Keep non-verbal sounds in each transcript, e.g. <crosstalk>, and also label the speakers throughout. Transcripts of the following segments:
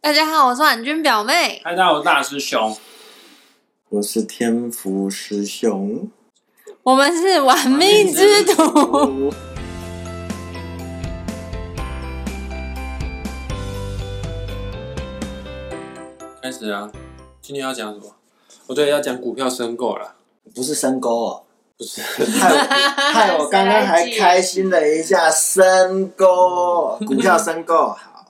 Speaker 1: 大家好，我是婉君表妹。
Speaker 2: 嗨，大家好，我是大师兄。
Speaker 3: 我是天福师兄，
Speaker 1: 我们是玩命之徒。
Speaker 2: 开始啊，今天要讲什么？我对，要讲股票申购了。
Speaker 3: 不是深沟哦，
Speaker 2: 不是，
Speaker 3: 害我害我刚刚还开心了一下，深 <laughs> 沟股票深沟，好，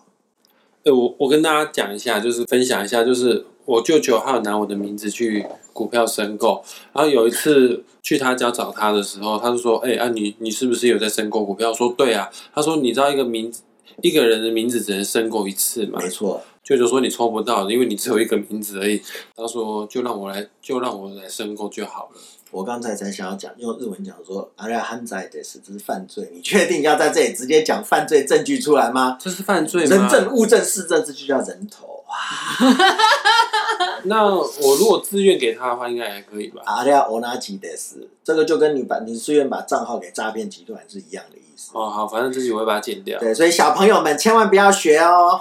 Speaker 2: 对我我跟大家讲一下，就是分享一下，就是我舅舅还有拿我的名字去股票申购，然后有一次去他家找他的时候，他就说：“哎、啊，你你是不是有在申购股票？”我说：“对啊。”他说：“你知道一个名字，一个人的名字只能申购一次嘛？”
Speaker 3: 没错，
Speaker 2: 舅舅说你抽不到，因为你只有一个名字而已。他说就让我来，就让我来申购就好了。
Speaker 3: 我刚才才想要讲，用日文讲说阿拉汉在的是这是犯罪，你确定要在这里直接讲犯罪证据出来吗？
Speaker 2: 这是犯罪吗？
Speaker 3: 人证、物证、事证，这就叫人头哇！
Speaker 2: 那我如果自愿给他的话，应该还可以吧？
Speaker 3: 阿拉欧纳吉的是，这个就跟你把你自愿把账号给诈骗集团是一样的意思。
Speaker 2: 哦，好，反正自己我会把它剪掉。
Speaker 3: 对，所以小朋友们千万不要学哦，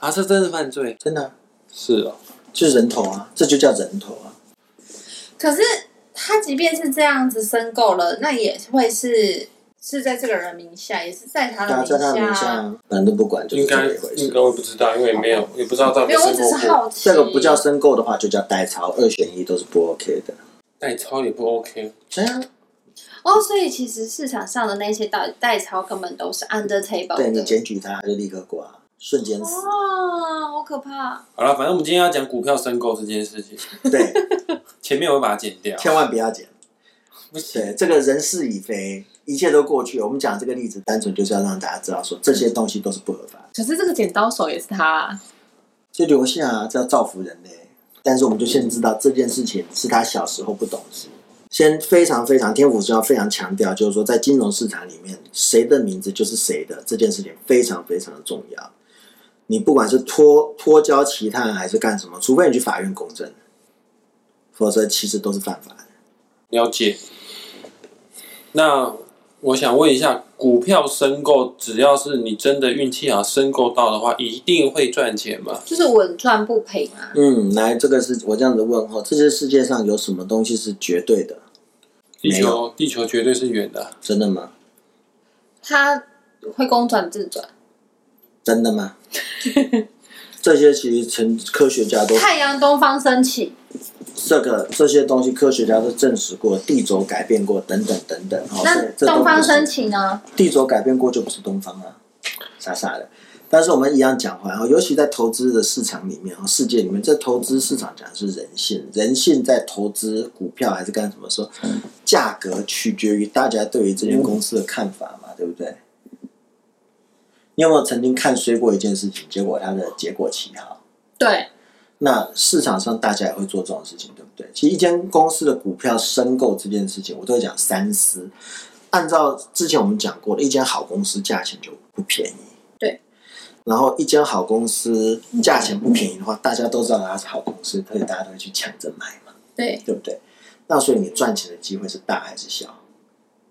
Speaker 2: 啊，这真是犯罪？
Speaker 3: 真的
Speaker 2: 是哦，
Speaker 3: 就是人头啊，这就叫人头啊。
Speaker 1: 可是他即便是这样子申购了，那也会是是在这个人名下，也是在他
Speaker 3: 对啊，
Speaker 1: 的
Speaker 3: 在他
Speaker 1: 名
Speaker 3: 名
Speaker 1: 下。
Speaker 3: 下，反正不管，就
Speaker 2: 应
Speaker 3: 是这
Speaker 2: 该
Speaker 3: 么一回
Speaker 2: 应
Speaker 3: 事。
Speaker 2: 该我不知道，因为没有也不知道到底
Speaker 1: 没有，我
Speaker 2: 申
Speaker 1: 只
Speaker 2: 购
Speaker 1: 是
Speaker 2: 过。
Speaker 1: 好奇。
Speaker 3: 这个不叫申购的话，就叫代抄，二选一都是不 OK 的。
Speaker 2: 代抄也哎不 OK，
Speaker 3: 对啊，
Speaker 1: 哦，所以其实市场上的那些代代抄根本都是 under table 的。
Speaker 3: 对你检举他，他就立刻挂，瞬间死。
Speaker 2: 哦
Speaker 1: 哇，好可怕！
Speaker 2: 好了，反正我们今天要讲股票申购这件事情，
Speaker 3: 对，
Speaker 2: 前面我会把它剪掉。
Speaker 3: 千万不
Speaker 2: <laughs>
Speaker 3: 要检。
Speaker 2: 不行，
Speaker 3: 对，这个人事已非，一切都过去了。我们讲这个例子，单纯就是要让大家知道说，这些东西都是不合法的，
Speaker 4: 可是这个剪刀手也是他啊、
Speaker 3: 就留下啊，这要造福人类。但是我们就先知道这件事情是他小时候不懂事。先非常非常，天府是要非常强调，就是说在金融市场里面，谁的名字就是谁的，这件事情非常非常的重要。你不管是脱脱交其他还是干什么，除非你去法院公证，否则其实都是犯法的。
Speaker 2: 了解。那我想问一下，股票申购，只要是你真的运气好申购到的话，一定会赚钱吗？
Speaker 1: 就是稳赚不赔嘛。
Speaker 3: 嗯，来，这个是我这样子问候，这些世界上有什么东西是绝对的？
Speaker 2: 地
Speaker 3: 没
Speaker 2: 球
Speaker 3: 有
Speaker 2: 地球绝对是圆的，
Speaker 3: 真的吗？
Speaker 1: 他会公转自转，
Speaker 3: 真的吗？这些其实成科学家都
Speaker 1: 太阳东方升起，
Speaker 3: 这个这些东西科学家都证实过，地轴改变过等等等等。哦，
Speaker 1: 那
Speaker 3: 这这都
Speaker 1: 东方
Speaker 3: 不是
Speaker 1: 升起呢？
Speaker 3: 地轴改变过就不是东方了，傻傻的。但是我们一样讲回来哦，尤其在投资的市场里面哦，世界里面，这投资市场讲的是人性，人性在投资股票还是干什么时候，价格取决于大家对于这间公司的看法嘛，对不对？你有没有曾经看衰过一件事情，结果它的结果奇好？
Speaker 1: 对，
Speaker 3: 那市场上大家也会做这种事情，对不对？其实一间公司的股票申购这件事情，我都会讲三思。按照之前我们讲过的，一间好公司价钱就不便宜，
Speaker 1: 对。
Speaker 3: 然后一间好公司价钱不便宜的话，大家都知道它是好公司，所以大家都会去抢着买嘛，
Speaker 1: 对，
Speaker 3: 对不对？那所以你赚钱的机会是大还是小？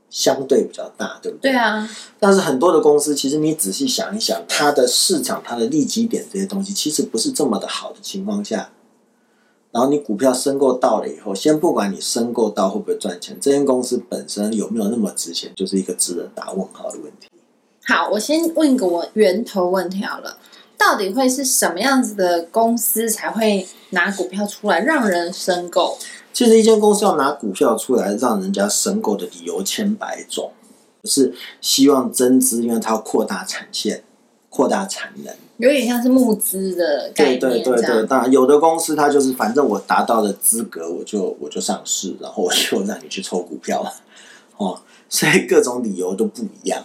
Speaker 3: 相对比较大，对不
Speaker 1: 对啊，
Speaker 3: 但是很多的公司，其实你仔细想一想，它的市场、它的利基点这些东西，其实不是这么的好的情况下，然后你股票申购到了以后，先不管你申购到会不会赚钱，这间公司本身有没有那么值钱，就是一个值得打问号的问题。
Speaker 1: 好，我先问一个我源头问题好了，到底会是什么样子的公司才会拿股票出来让人申购？
Speaker 3: 其实一间公司要拿股票出来让人家申购的理由千百种，就是希望增资，因为它要扩大产线、扩大产能。
Speaker 1: 有点像是募资的概
Speaker 3: 对
Speaker 1: 念
Speaker 3: 对对
Speaker 1: 这
Speaker 3: 对，
Speaker 1: 样。
Speaker 3: 当然有的公司它就是，反正我达到了资格，我就我就上市，然后我就让你去抽股票嘛，哦，所以各种理由都不一样。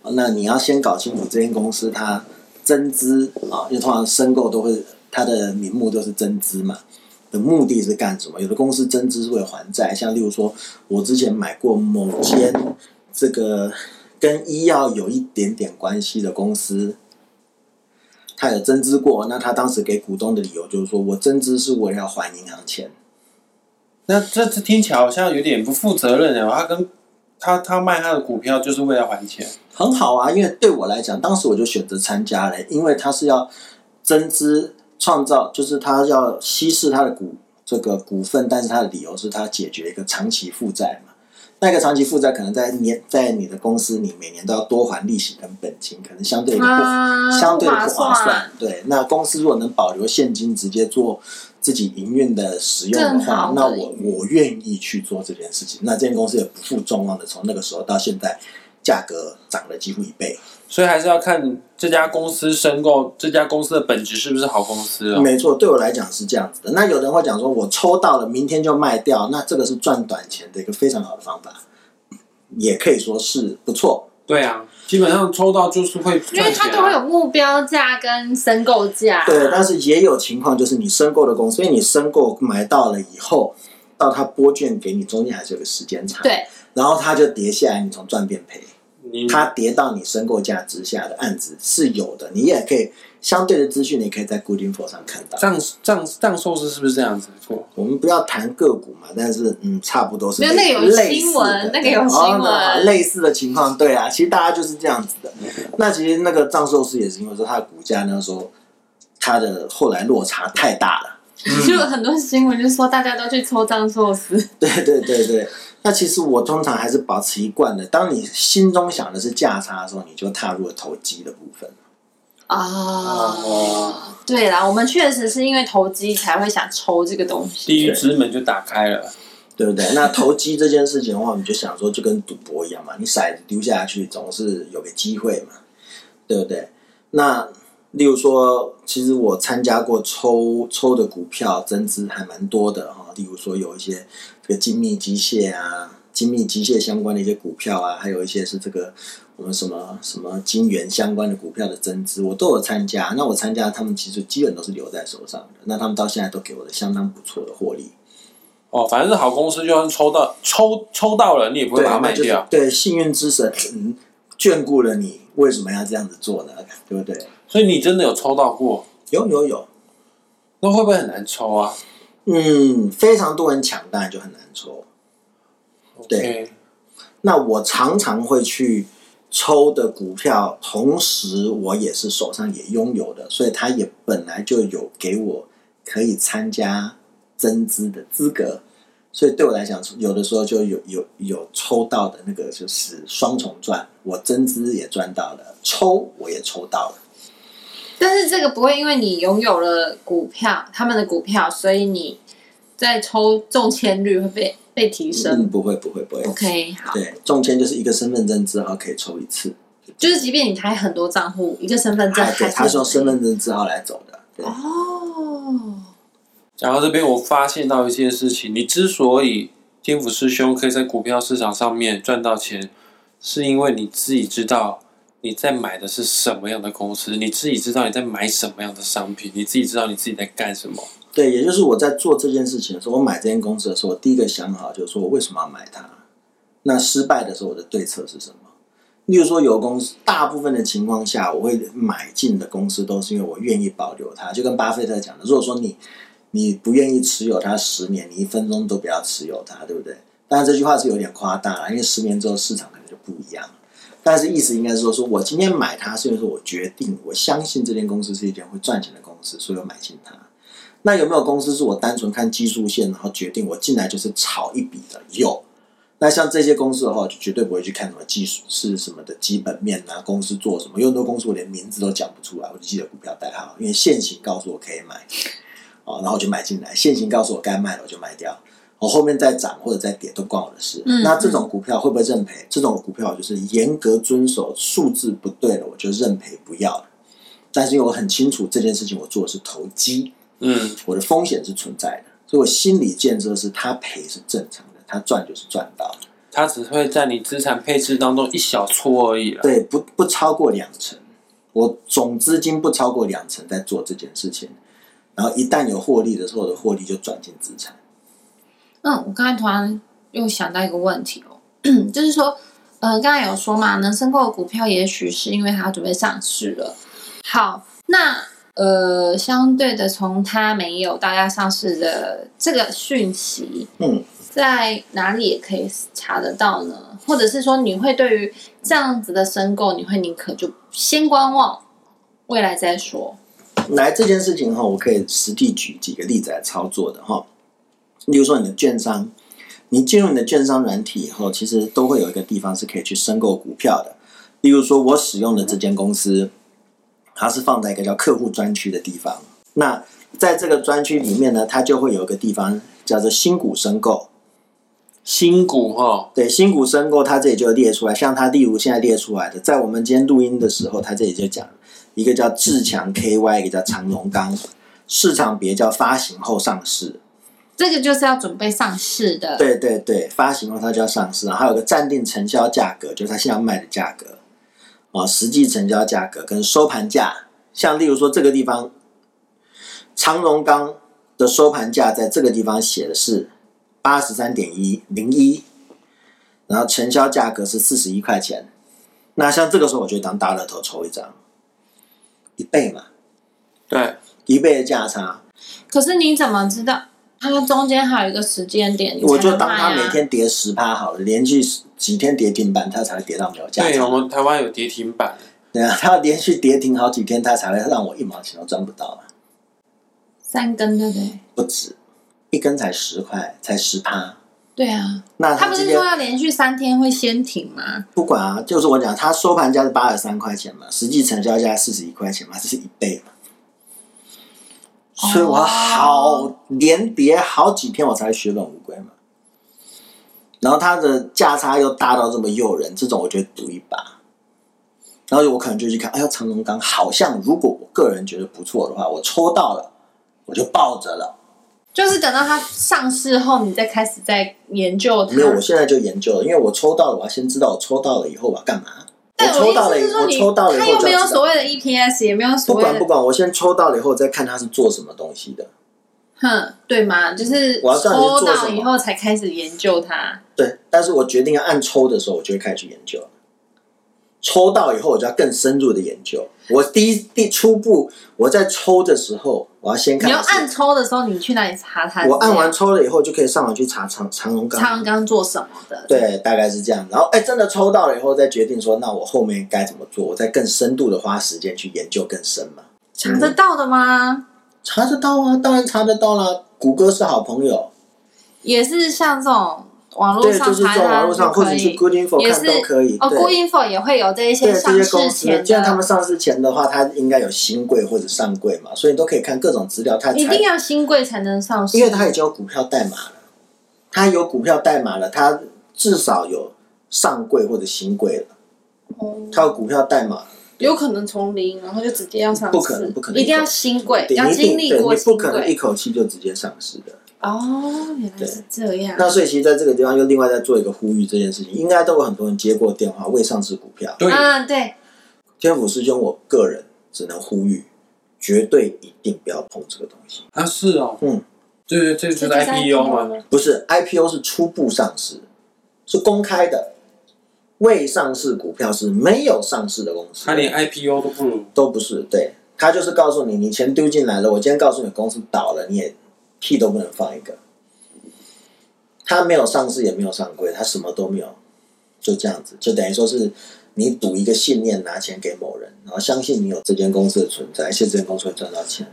Speaker 3: 哦那你要先搞清楚这间公司它增资啊、因为通常申购都会它的名目都是增资嘛，的目的是干什么？有的公司增资是为了还债，像例如说我之前买过某间这个跟医药有一点点关系的公司，他有增资过，那他当时给股东的理由就是说我增资是为了要还银行钱，
Speaker 2: 那这这听起来好像有点不负责任哦。他跟他他卖他的股票就是为了还钱，
Speaker 3: 很好啊，因为对我来讲，当时我就选择参加了，因为他是要增资创造，就是他要稀释他的股这个股份，但是他的理由是他解决一个长期负债嘛。那个长期负债可能在年在你的公司，你每年都要多还利息跟本金，可能相对你不、
Speaker 4: 啊
Speaker 3: 相对
Speaker 4: 不划
Speaker 3: 不划算
Speaker 4: 算。
Speaker 3: 对，那公司如果能保留现金，直接做自己营运的使用的
Speaker 1: 更
Speaker 3: 话
Speaker 1: 好，
Speaker 3: 那
Speaker 1: 的
Speaker 3: 我我愿意去做这件事情。那这间公司也不负众望的，从那个时候到现在，价格涨了几乎一倍。
Speaker 2: 所以还是要看这家公司申购，这家公司的本质是不是好公司啊？
Speaker 3: 没错，对我来讲是这样子的。那有人会讲说，我抽到了，明天就卖掉，那这个是赚短钱的一个非常好的方法，也可以说是不错。
Speaker 2: 对啊，基本上抽到就是会
Speaker 1: 因为
Speaker 2: 赚
Speaker 1: 它
Speaker 2: 钱、
Speaker 1: 都会
Speaker 2: 啊。
Speaker 1: 有目标价跟申购价。
Speaker 3: 对，但是也有情况就是你申购的公司，因为你申购买到了以后，到他拨券给你，中间还是有个时间差。，
Speaker 1: 对，
Speaker 3: 然后它就跌下来，你从赚变赔。
Speaker 2: 你
Speaker 3: 它跌到你申购价之下的案子是有的，你也可以相对的资讯，你可以在 Good Info 上看到。
Speaker 2: 藏藏藏寿司是不是这样子过？
Speaker 3: 我们不要谈个股嘛，但是嗯，差不多是
Speaker 1: 没
Speaker 3: 类
Speaker 1: 有那个有
Speaker 3: 类
Speaker 1: 新
Speaker 3: 似的
Speaker 1: 闻那个有
Speaker 3: 哦
Speaker 1: 新闻
Speaker 3: 那好类似的情况，对啊，其实大家就是这样子的。那其实那个藏寿司也是因为说它的股价那个时候，它的后来落差太大了。 <laughs>
Speaker 4: 就有很多新闻就说大家都去抽张寿司，
Speaker 3: 对对对对，那其实我通常还是保持一贯的，当你心中想的是价差的时候，你就踏入了投机的部分。
Speaker 1: 哦，对啦，我们确实是因为投机才会想抽这个东西。
Speaker 2: 地狱之门就打开了。
Speaker 3: 对不对？那投机这件事情的话，我们就想说，就跟赌博一样嘛，你骰子丢下去，总是有个机会嘛，对不对？那例如说，其实我参加过抽抽的股票增资还蛮多的哈、例如说有一些这个精密机械啊、精密机械相关的一些股票啊，还有一些是这个我们什么什么金元相关的股票的增资，我都有参加。那我参加，他们其实基本都是留在手上的，那他们到现在都给我的相当不错的获利。
Speaker 2: 哦，反正是好公司，就算抽到抽抽到了，你也不会
Speaker 3: 对，
Speaker 2: 把它
Speaker 3: 那
Speaker 2: 卖
Speaker 3: 就是
Speaker 2: 掉。
Speaker 3: 对，幸运之神、嗯、眷顾了你，为什么要这样子做呢？对不对？
Speaker 2: 所以你真的有抽到过，
Speaker 3: 有有有，
Speaker 2: 那会不会很难抽啊？
Speaker 3: 嗯，非常多人抢，当然就很难抽。对
Speaker 2: OK，
Speaker 3: 那我常常会去抽的股票，同时我也是手上也拥有的，所以它也本来就有给我可以参加增资的资格。所以对我来讲，有的时候就有有有抽到的那个就是双重赚，我增资也赚到了，抽我也抽到了。
Speaker 1: 但是这个不会因为你拥有了股票，他们的股票，所以你在抽中签率会被被提升。
Speaker 3: 嗯，不会不会不会。
Speaker 1: OK，好，
Speaker 3: 对，中签就是一个身份证字号可以抽一次，
Speaker 1: 就是即便你开很多账户，一个身份证
Speaker 3: 哎
Speaker 1: 还
Speaker 3: 对，
Speaker 1: 是
Speaker 3: 他是用身份证字号来走的。对，
Speaker 1: 哦，
Speaker 2: 然后这边我发现到一件事情，你之所以天府师兄可以在股票市场上面赚到钱，是因为你自己知道你在买的是什么样的公司，你自己知道你在买什么样的商品，你自己知道你自己在干什么。
Speaker 3: 对，也就是我在做这件事情的时候，我买这间公司的时候，我第一个想好就是说我为什么要买它？那失败的时候，我的对策是什么？例如说，有公司大部分的情况下，我会买进的公司都是因为我愿意保留它，就跟巴菲特讲的，如果说你你不愿意持有它十年，你一分钟都不要持有它，对不对？当然这句话是有点夸大了，因为十年之后市场可能就不一样了。但是意思应该是说，说我今天买它是因为说我决定，我相信这间公司是一间会赚钱的公司，所以我买进它。那有没有公司是我单纯看技术线，然后决定我进来就是炒一笔的？有。那像这些公司的话，我就绝对不会去看什么技术是什么的基本面啊，公司做什么。有很多公司我连名字都讲不出来，我就记得股票代号，因为现行告诉我可以买，哦，然后我就买进来；现行告诉我该卖了，我就卖掉。我、后面再涨或者再跌都关我的事。
Speaker 1: 嗯
Speaker 3: 那这种股票会不会认赔？这种股票我就是严格遵守数字不对了，我就认赔不要了。但是因为我很清楚这件事情，我做的是投机，
Speaker 2: 嗯，
Speaker 3: 我的风险是存在的，所以我心理建设是他赔是正常的，他赚就是赚到的，
Speaker 2: 它只会在你资产配置当中一小撮而已了。
Speaker 3: 对，不不超过两成，我总资金不超过两成在做这件事情，然后一旦有获利的时候，我的获利就转进资产。
Speaker 1: 嗯，我刚才突然又想到一个问题哦， <clears throat> 就是说，呃，刚才有说嘛，能申购的股票也许是因为它准备上市了。好，那呃，相对的，从它没有到要上市的这个讯息，
Speaker 3: 嗯，
Speaker 1: 在哪里也可以查得到呢？或者是说，你会对于这样子的申购，你会宁可就先观望，未来再说？
Speaker 3: 来这件事情哈，我可以实地举几个例子来操作的哈。例如说，你的券商，你进入你的券商软体以后，其实都会有一个地方是可以去申购股票的。例如说，我使用的这间公司，它是放在一个叫客户专区的地方。那在这个专区里面呢，它就会有一个地方叫做新股申购。
Speaker 2: 新股哈，
Speaker 3: 对，新股申购它这里就列出来，像它例如现在列出来的，在我们今天录音的时候，它这里就讲一个叫志强 KY，一个叫长荣钢，市场别叫发行后上市。
Speaker 1: 这个就是要准备上市的。
Speaker 3: 对对对，发行后它就要上市，然后还有个暂定成交价格，就是它现在卖的价格，啊、实际成交价格跟收盘价。像例如说这个地方，长荣钢的收盘价在这个地方写的是八十三点一零一，然后成交价格是四十一块钱。那像这个时候，我就当大乐透抽一张，一倍嘛，
Speaker 2: 对，
Speaker 3: 一倍的价差，
Speaker 1: 可是你怎么知道它中间还有一个时间点？你才能
Speaker 3: 我就当它
Speaker 1: 卖啊
Speaker 3: 每天跌十趴好了，连续几天跌停板，它才会跌到没有价
Speaker 2: 对，
Speaker 3: 差
Speaker 2: 我。们台湾有跌停板，
Speaker 3: <laughs> 对啊，它要连续跌停好几天，它才会让我一毛钱都赚不到嘛，
Speaker 1: 三根，对不对？
Speaker 3: 不止，一根才十块，才十趴。
Speaker 1: 对啊，
Speaker 3: 那
Speaker 1: 他
Speaker 3: 它
Speaker 1: 不
Speaker 3: 今
Speaker 1: 是
Speaker 3: 天
Speaker 1: 说要连续三天会先停吗？
Speaker 3: 不管啊，就是我讲，它收盘价是八十三块钱嘛，实际成交价四十一块钱嘛，这是一倍嘛。所以我好连跌好几天，我才血本无归嘛。然后它的价差又大到这么诱人，这种我就赌一把。然后我可能就去看，哎呀，长隆钢好像如果我个人觉得不错的话，我抽到了，我就抱着了。
Speaker 1: 就是等到它上市后，你再开始在研究它。
Speaker 3: 没有，我现在就研究了，因为我抽到了，我要先知道我抽到了以后我要干嘛。
Speaker 1: 但
Speaker 3: 抽到了
Speaker 1: 我的意思是，说
Speaker 3: 我
Speaker 1: 你，
Speaker 3: 抽到了以
Speaker 1: 它
Speaker 3: 后
Speaker 1: 又
Speaker 3: 就
Speaker 1: 没
Speaker 3: 要
Speaker 1: 有
Speaker 3: 知
Speaker 1: 所
Speaker 3: 道。
Speaker 1: 谓的 EPS，也没有
Speaker 3: 不
Speaker 1: 所谓
Speaker 3: 管
Speaker 1: 的
Speaker 3: 不，管，我先抽到了以后再看它是做什么东西的。
Speaker 1: 哼，对吗？就是
Speaker 3: 我要知道你是
Speaker 1: 抽
Speaker 3: 做什
Speaker 1: 到
Speaker 3: 么
Speaker 1: 以后才开始研究它。
Speaker 3: 对，但是我决定要按抽的时候，我就会开始去研究。抽到以后，我就要更深入的研究。我第一第初步，我在抽的时候，我要先看
Speaker 1: 你要
Speaker 3: 它是。
Speaker 1: 按抽的时候，你去哪里查它？
Speaker 3: 我按完抽了以后，就可以上网去查长长荣
Speaker 1: 他
Speaker 3: 钢
Speaker 1: 们。刚刚做什么的？，
Speaker 3: 对，大概是这样。然后，哎，真的抽到了以后，再决定说，那我后面该怎么做？我再更深度的花时间去研究更深嘛。
Speaker 1: 查得到的吗？
Speaker 3: 查得到啊，当然查得到啦。谷歌是好朋友，
Speaker 1: 也是像这种网络
Speaker 3: 对，
Speaker 1: 上
Speaker 3: 就是
Speaker 1: 查
Speaker 3: 在网
Speaker 1: 它
Speaker 3: 络上或
Speaker 1: 可
Speaker 3: 者去
Speaker 1: 以。
Speaker 3: Good Info
Speaker 1: 也
Speaker 3: 看
Speaker 1: 是
Speaker 3: 都可以。
Speaker 1: 哦
Speaker 3: 对
Speaker 1: ，Good Info 也会有这一些
Speaker 3: 对
Speaker 1: 上
Speaker 3: 这些公
Speaker 1: 市
Speaker 3: 司，
Speaker 1: 前
Speaker 3: 既然他们
Speaker 1: 的，
Speaker 3: 上市前的话，它应该有新柜或者上柜嘛，所以都可以看各种资料。它才
Speaker 1: 一定要新贵才能上市，
Speaker 3: 因为它已经有股票代码了，它有股票代码了，它至少有上柜或者新柜了，
Speaker 1: 嗯
Speaker 4: 哦
Speaker 3: 它有股票代码，
Speaker 4: 有可能从零，然后就直接要上市，
Speaker 3: 不可能，不可能，
Speaker 1: 一定要新贵，
Speaker 3: 对
Speaker 1: 要
Speaker 3: 你一
Speaker 1: 经
Speaker 3: 定
Speaker 1: 历
Speaker 3: 对
Speaker 1: 过
Speaker 3: 你不
Speaker 1: 新
Speaker 3: 可能一
Speaker 1: 贵。
Speaker 3: 口气就直接上市的。
Speaker 1: 哦，原来是这样。
Speaker 3: 那所以其实在这个地方又另外再做一个呼吁，这件事情应该都有很多人接过电话未上市股票。
Speaker 2: 对，
Speaker 1: 嗯，对，
Speaker 3: 天府师兄，我个人只能呼吁，绝对一定不要碰这个东西。
Speaker 2: 啊是哦，
Speaker 3: 嗯，
Speaker 2: 对对，这就是 IPO 嘛，？
Speaker 3: 不是 IPO 是初步上市，是公开的，未上市股票是没有上市的公司，
Speaker 2: 它连 IPO 都不如，
Speaker 3: 都不是。对，他就是告诉你，你钱丢进来了，我今天告诉你公司倒了，你也屁都不能放一个。他没有上市，也没有上柜，他什么都没有，就这样子，就等于说是你赌一个信念，拿钱给某人，然后相信你有这间公司的存在，而且这间公司会赚到钱。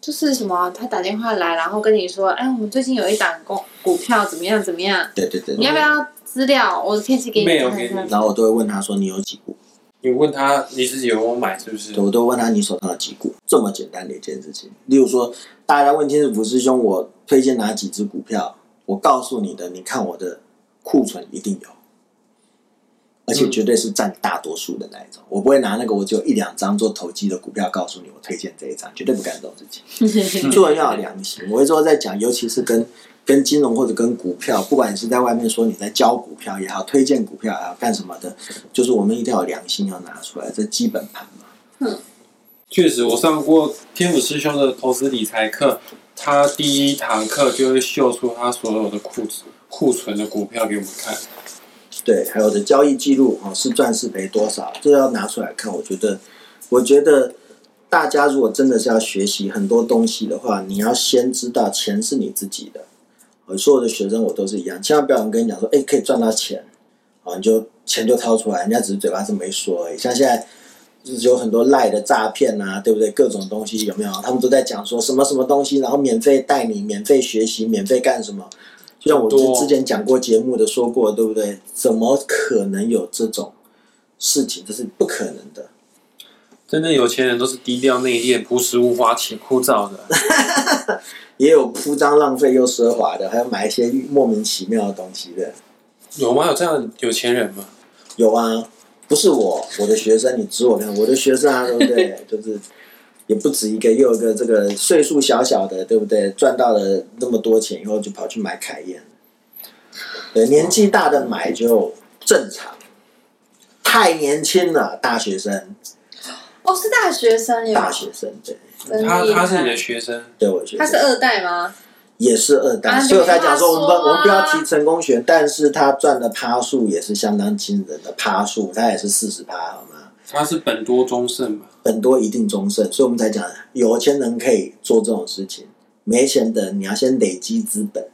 Speaker 1: 就是什么，他打电话来，然后跟你说，哎，我们最近有一档股股票怎么样怎么样，
Speaker 3: 对对对
Speaker 1: 你。要不要资料？我可以寄给你
Speaker 2: Mail
Speaker 1: 看一
Speaker 2: 给
Speaker 1: 下
Speaker 2: 你。
Speaker 3: 然后我都会问他说：“你有几股？”
Speaker 2: 你问他你自己有没有买是不是
Speaker 3: 对？我都问他你手上有几股，这么简单的一件事情。例如说，大家问天使福师兄，我推荐哪几只股票？我告诉你的，你看我的库存一定有，而且绝对是占大多数的那一种。我不会拿那个我只有一两张做投机的股票告诉你我推荐这一张，绝对不干这种事情。
Speaker 2: <laughs>
Speaker 3: 做人要有良心。我一直都在讲，尤其是跟跟金融或者跟股票，不管你是在外面说你在教股票也好，推荐股票也好，干什么的，就是我们一定要有良心，要拿出来，这基本盘嘛。
Speaker 2: 确实，我上过天府师兄的投资理财课，他第一堂课就会秀出他所有的库存库存的股票给我们看。
Speaker 3: 对，还有的交易记录哦，是赚是赔多少，这要拿出来看。我觉得，我觉得大家如果真的是要学习很多东西的话，你要先知道钱是你自己的。我所有的学生我都是一样，千万不要有人跟你讲说，哎，可以赚到钱，啊，你就钱就掏出来，人家只是嘴巴是没说而已。像现在有很多赖的诈骗啊，对不对？各种东西有没有？他们都在讲说什么什么东西，然后免费带你，免费学习，免费干什么？就像我
Speaker 2: 很多
Speaker 3: 之之前讲过节目的说过，对不对？怎么可能有这种事情？这是不可能的。
Speaker 2: 真正有钱人都是低调内敛、朴实无华且枯燥的。
Speaker 3: 也有铺张浪费又奢华的，还有买一些莫名其妙的东西的。
Speaker 2: 有吗？有这样的有钱人吗？
Speaker 3: 有啊，不是我，我的学生，你指我看，我的学生啊，对
Speaker 4: <laughs>
Speaker 3: 不对？就是也不止一个，又有一个这个岁数小小的，对不对？赚到了那么多钱以后，就跑去买凯宴。对，年纪大的买就正常，太年轻了，大学生，
Speaker 4: 哦，是大学生耶，
Speaker 3: 大学生，对，
Speaker 4: 真厉
Speaker 2: 他
Speaker 4: 害
Speaker 2: 他是你的学生，
Speaker 3: 对我觉得
Speaker 4: 他是二代吗？
Speaker 3: 也是二代，
Speaker 4: 啊
Speaker 3: 所以我才讲说我们不、
Speaker 4: 就没话说啊
Speaker 3: 我们不要提成功学，但是他赚的趴数也是相当惊人的趴数，他也是四十趴，好吗？
Speaker 2: 他是本多忠胜吧？
Speaker 3: 本多一定终身，所以我们才讲有钱人可以做这种事情，没钱的你要先累积资本。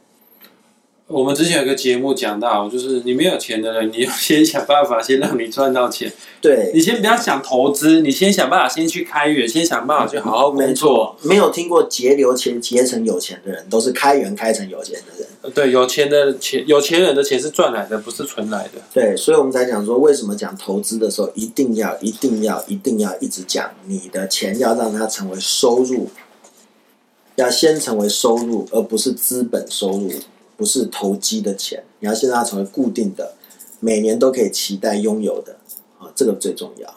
Speaker 2: 我们之前有个节目讲到，就是你没有钱的人，你要先想办法先让你赚到钱。你
Speaker 3: 对，
Speaker 2: 先不要想投资，你先想办法先去开源，先想办法去好好工作。
Speaker 3: 没有听过节流钱结成有钱的人，都是开源开成有钱的人。
Speaker 2: 对，有钱的钱，有钱人的钱是赚来的，不是存来的。
Speaker 3: 对，所以我们才讲说，为什么讲投资的时候一定要、一定要、一定要一直讲你的钱要让它成为收入，要先成为收入，而不是资本收入，不是投机的钱，你要先让它成为固定的，每年都可以期待拥有的啊，这个最重要。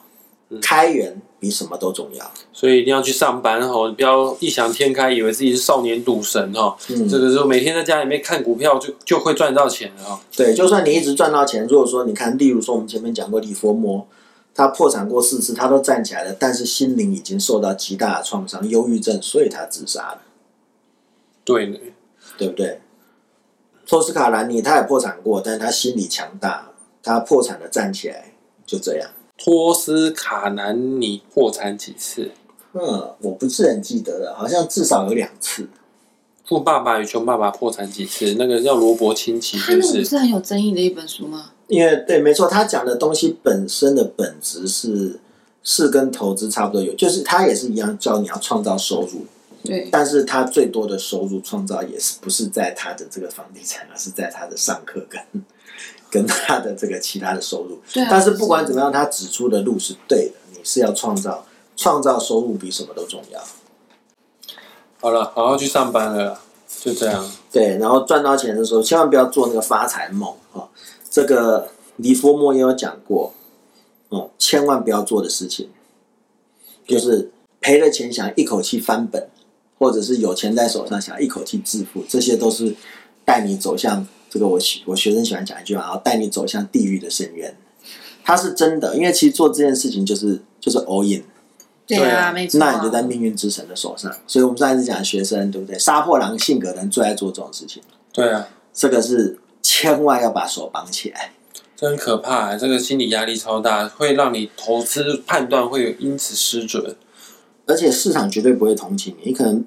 Speaker 3: 开源比什么都重要。
Speaker 2: 所以一定要去上班哦，你不要异想天开，以为自己是少年赌神哦。
Speaker 3: 嗯
Speaker 2: 这个时候每天在家里面看股票就就会赚到钱了哦。
Speaker 3: 对，就算你一直赚到钱，如果说你看，例如说我们前面讲过利佛摩，他破产过四次，他都站起来了，但是心灵已经受到极大的创伤，忧郁症，所以他自杀了，
Speaker 2: 对呢，
Speaker 3: 对不对？托斯卡兰尼他也破产过，但是他心理强大，他破产了站起来，就这样。
Speaker 2: 托斯卡南尼破产几次？
Speaker 3: 嗯，我不是很记得了，好像至少有两次。
Speaker 2: 富爸爸与穷爸爸破产几次？那个叫罗伯清崎，
Speaker 1: 他那
Speaker 2: 是不
Speaker 1: 个不
Speaker 2: 是？
Speaker 1: 是很有争议的一本书吗？
Speaker 3: 因为对，没错，他讲的东西本身的本质是是跟投资差不多有，就是他也是一样叫你要创造收入，
Speaker 1: 对，
Speaker 3: 但是他最多的收入创造也是不是在他的这个房地产，啊而是在他的上课跟跟他的这个其他的收入。
Speaker 1: 对啊
Speaker 3: 但是不管怎么样，他指出的路是对的，你是要创造创造收入比什么都重要。
Speaker 2: 好了，好好去上班了啦，就这样。
Speaker 3: 对，然后赚到钱的时候，千万不要做那个发财梦啊、哦这个李佛莫也有讲过，哦，千万不要做的事情，就是赔了钱想一口气翻本，或者是有钱在手上想一口气致富，这些都是带你走向这个我学我学生喜欢讲一句话，然后带你走向地狱的深渊。它是真的，因为其实做这件事情就是就是 all in，
Speaker 1: 对
Speaker 2: 对
Speaker 1: 啊，
Speaker 2: 啊
Speaker 1: 没错啊。
Speaker 3: 那你就在命运之神的手上。所以我们上一次讲学生，对不对？杀破狼性格的人最爱做这种事情。
Speaker 2: 对啊，
Speaker 3: 这个是千万要把手绑起来。
Speaker 2: 这很可怕、欸，这个心理压力超大，会让你投资判断会有因此失准。
Speaker 3: 而且市场绝对不会同情你，你可能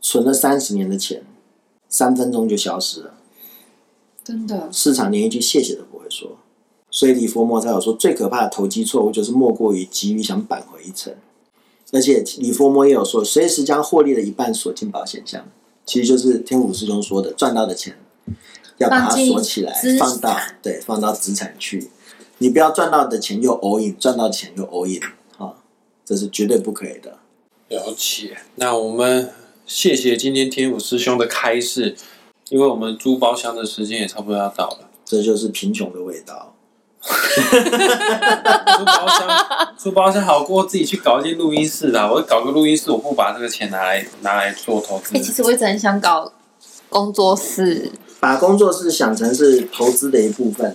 Speaker 3: 存了三十年的钱，三分钟就消失了，
Speaker 1: 真的
Speaker 3: 市场连一句谢谢都不会说。所以李佛摩才有说，最可怕的投机错误就是莫过于急于想扳回一城。而且李佛摩也有说，随时将获利的一半锁进保险箱，其实就是天府师兄说的，赚到的钱要把它
Speaker 1: 放进
Speaker 3: 锁起来
Speaker 1: 资，产
Speaker 3: 放到对，放到资产去。你不要赚到的钱又 all in，赚到的钱又 all in 啊，这是绝对不可以的。
Speaker 2: 了解。那我们谢谢今天天府师兄的开示，因为我们租包厢的时间也差不多要到了。
Speaker 3: 这就是贫穷的味道。
Speaker 2: 租包
Speaker 4: <laughs>
Speaker 2: 厢，租包厢好过自己去搞一间录音室啦。我搞个录音室，我不把这个钱拿来拿来做投资
Speaker 4: 哎、。其实我一直很想搞工作室，
Speaker 3: 把工作室想成是投资的一部分，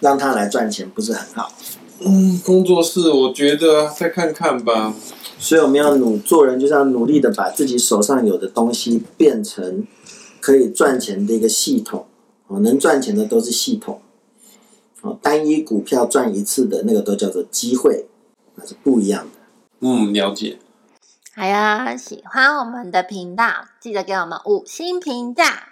Speaker 3: 让它来赚钱，不是很好。
Speaker 2: 嗯，工作室我觉得再看看吧。
Speaker 3: 所以我们要努做人，就是要努力的把自己手上有的东西变成可以赚钱的一个系统。哦，能赚钱的都是系统。哦，单一股票赚一次的那个都叫做机会，那是不一样的。
Speaker 2: 嗯，了解。
Speaker 5: 还有喜欢我们的频道，记得给我们五星评价。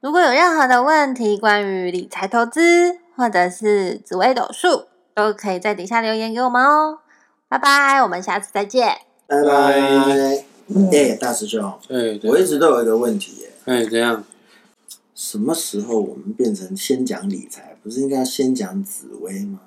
Speaker 5: 如果有任何的问题，关于理财投资或者是紫微斗数，都可以在底下留言给我们哦。拜拜，我们下次再见。
Speaker 3: 拜拜。哎，大师兄，
Speaker 2: 哎，
Speaker 3: 我一直都有一个问题耶，
Speaker 2: 哎怎样？
Speaker 3: 什么时候我们变成先讲理财，不是应该要先讲紫薇吗？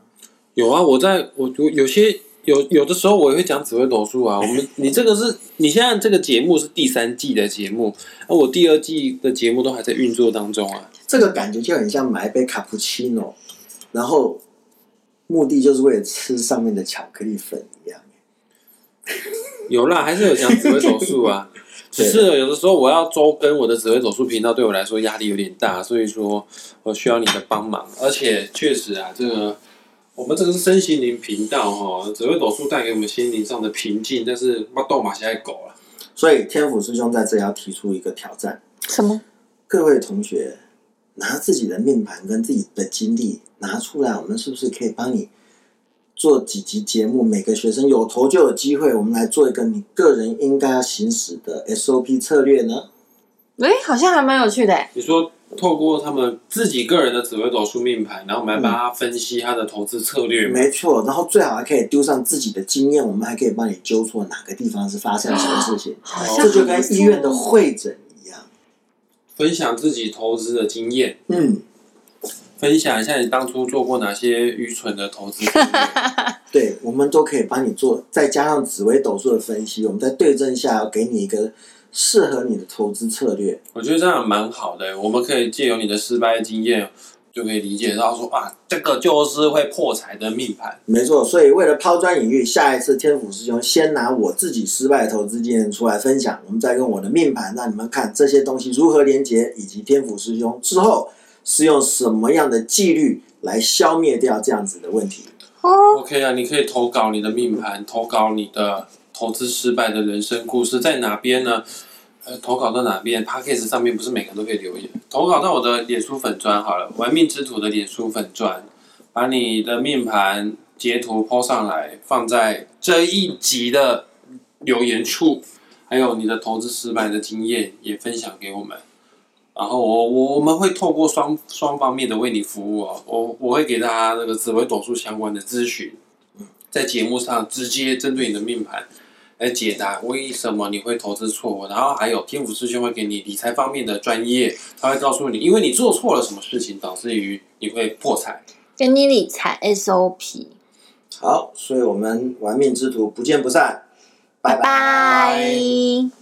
Speaker 2: 有啊，我在我我有些有有的时候我也会讲紫微斗数啊。我们你这个是你现在这个节目是第三季的节目，那我第二季的节目都还在运作当中啊。
Speaker 3: 这个感觉就很像买一杯卡布奇诺，然后目的就是为了吃上面的巧克力粉一样。
Speaker 2: 有啦，还是有讲紫微斗数啊。只是有的时候我要周更我的紫微斗数频道，对我来说压力有点大，所以说我需要你的帮忙。而且确实啊，这个我们这个是身心灵频道哈，紫微斗数带给我们心灵上的平静，但是不斗马现在狗啊了。
Speaker 3: 所以天府师兄在这要提出一个挑战，
Speaker 5: 什么？
Speaker 3: 各位同学拿自己的命盘跟自己的经历拿出来，我们是不是可以帮你做几集节目？每个学生有头就有机会，我们来做一个你个人应该要行使的 SOP 策略呢？
Speaker 4: 哎，好像还蛮有趣的诶。
Speaker 2: 你说透过他们自己个人的紫微斗数命盘，然后我们来帮他分析他的投资策略嘛？
Speaker 3: 没错，然后最好还可以丢上自己的经验，我们还可以帮你纠错哪个地方是发生了什么事情，
Speaker 2: 像
Speaker 3: 这就跟医院的会诊一样。
Speaker 2: 分享自己投资的经验，
Speaker 3: 嗯，
Speaker 2: 分享一下你当初做过哪些愚蠢的投资策略。
Speaker 3: 对，我们都可以帮你做，再加上紫微斗数的分析，我们在对症下给你一个适合你的投资策略。
Speaker 2: 我觉得这样蛮好的，我们可以借由你的失败经验，就可以理解到说啊，这个就是会破财的命盘。
Speaker 3: 没错，所以为了抛砖引玉，下一次天府师兄先拿我自己失败的投资经验出来分享，我们再用我的命盘让你们看这些东西如何连接，以及天府师兄之后是用什么样的纪律来消灭掉这样子的问题。
Speaker 5: 哦
Speaker 2: OK 啊，你可以投稿你的命盘，投稿你的投资失败的人生故事，在哪边呢？呃，投稿到哪边 p a c k a g e 上面不是每个人都可以留言，投稿到我的脸书粉砖好了，玩命之徒的脸书粉砖，把你的命盘截图 po 上来，放在这一集的留言处，还有你的投资失败的经验也分享给我们。然后我我我们会透过双双方面的为你服务哦，我我会给大家那个紫微斗数相关的咨询，在节目上直接针对你的命盘来解答为什么你会投资错误，然后还有天府师兄会给你理财方面的专业，他会告诉你，因为你做错了什么事情，导致于你会破财。
Speaker 5: 给你理财 SOP。
Speaker 3: 好，所以我们玩命之徒不见不散，拜
Speaker 5: 拜拜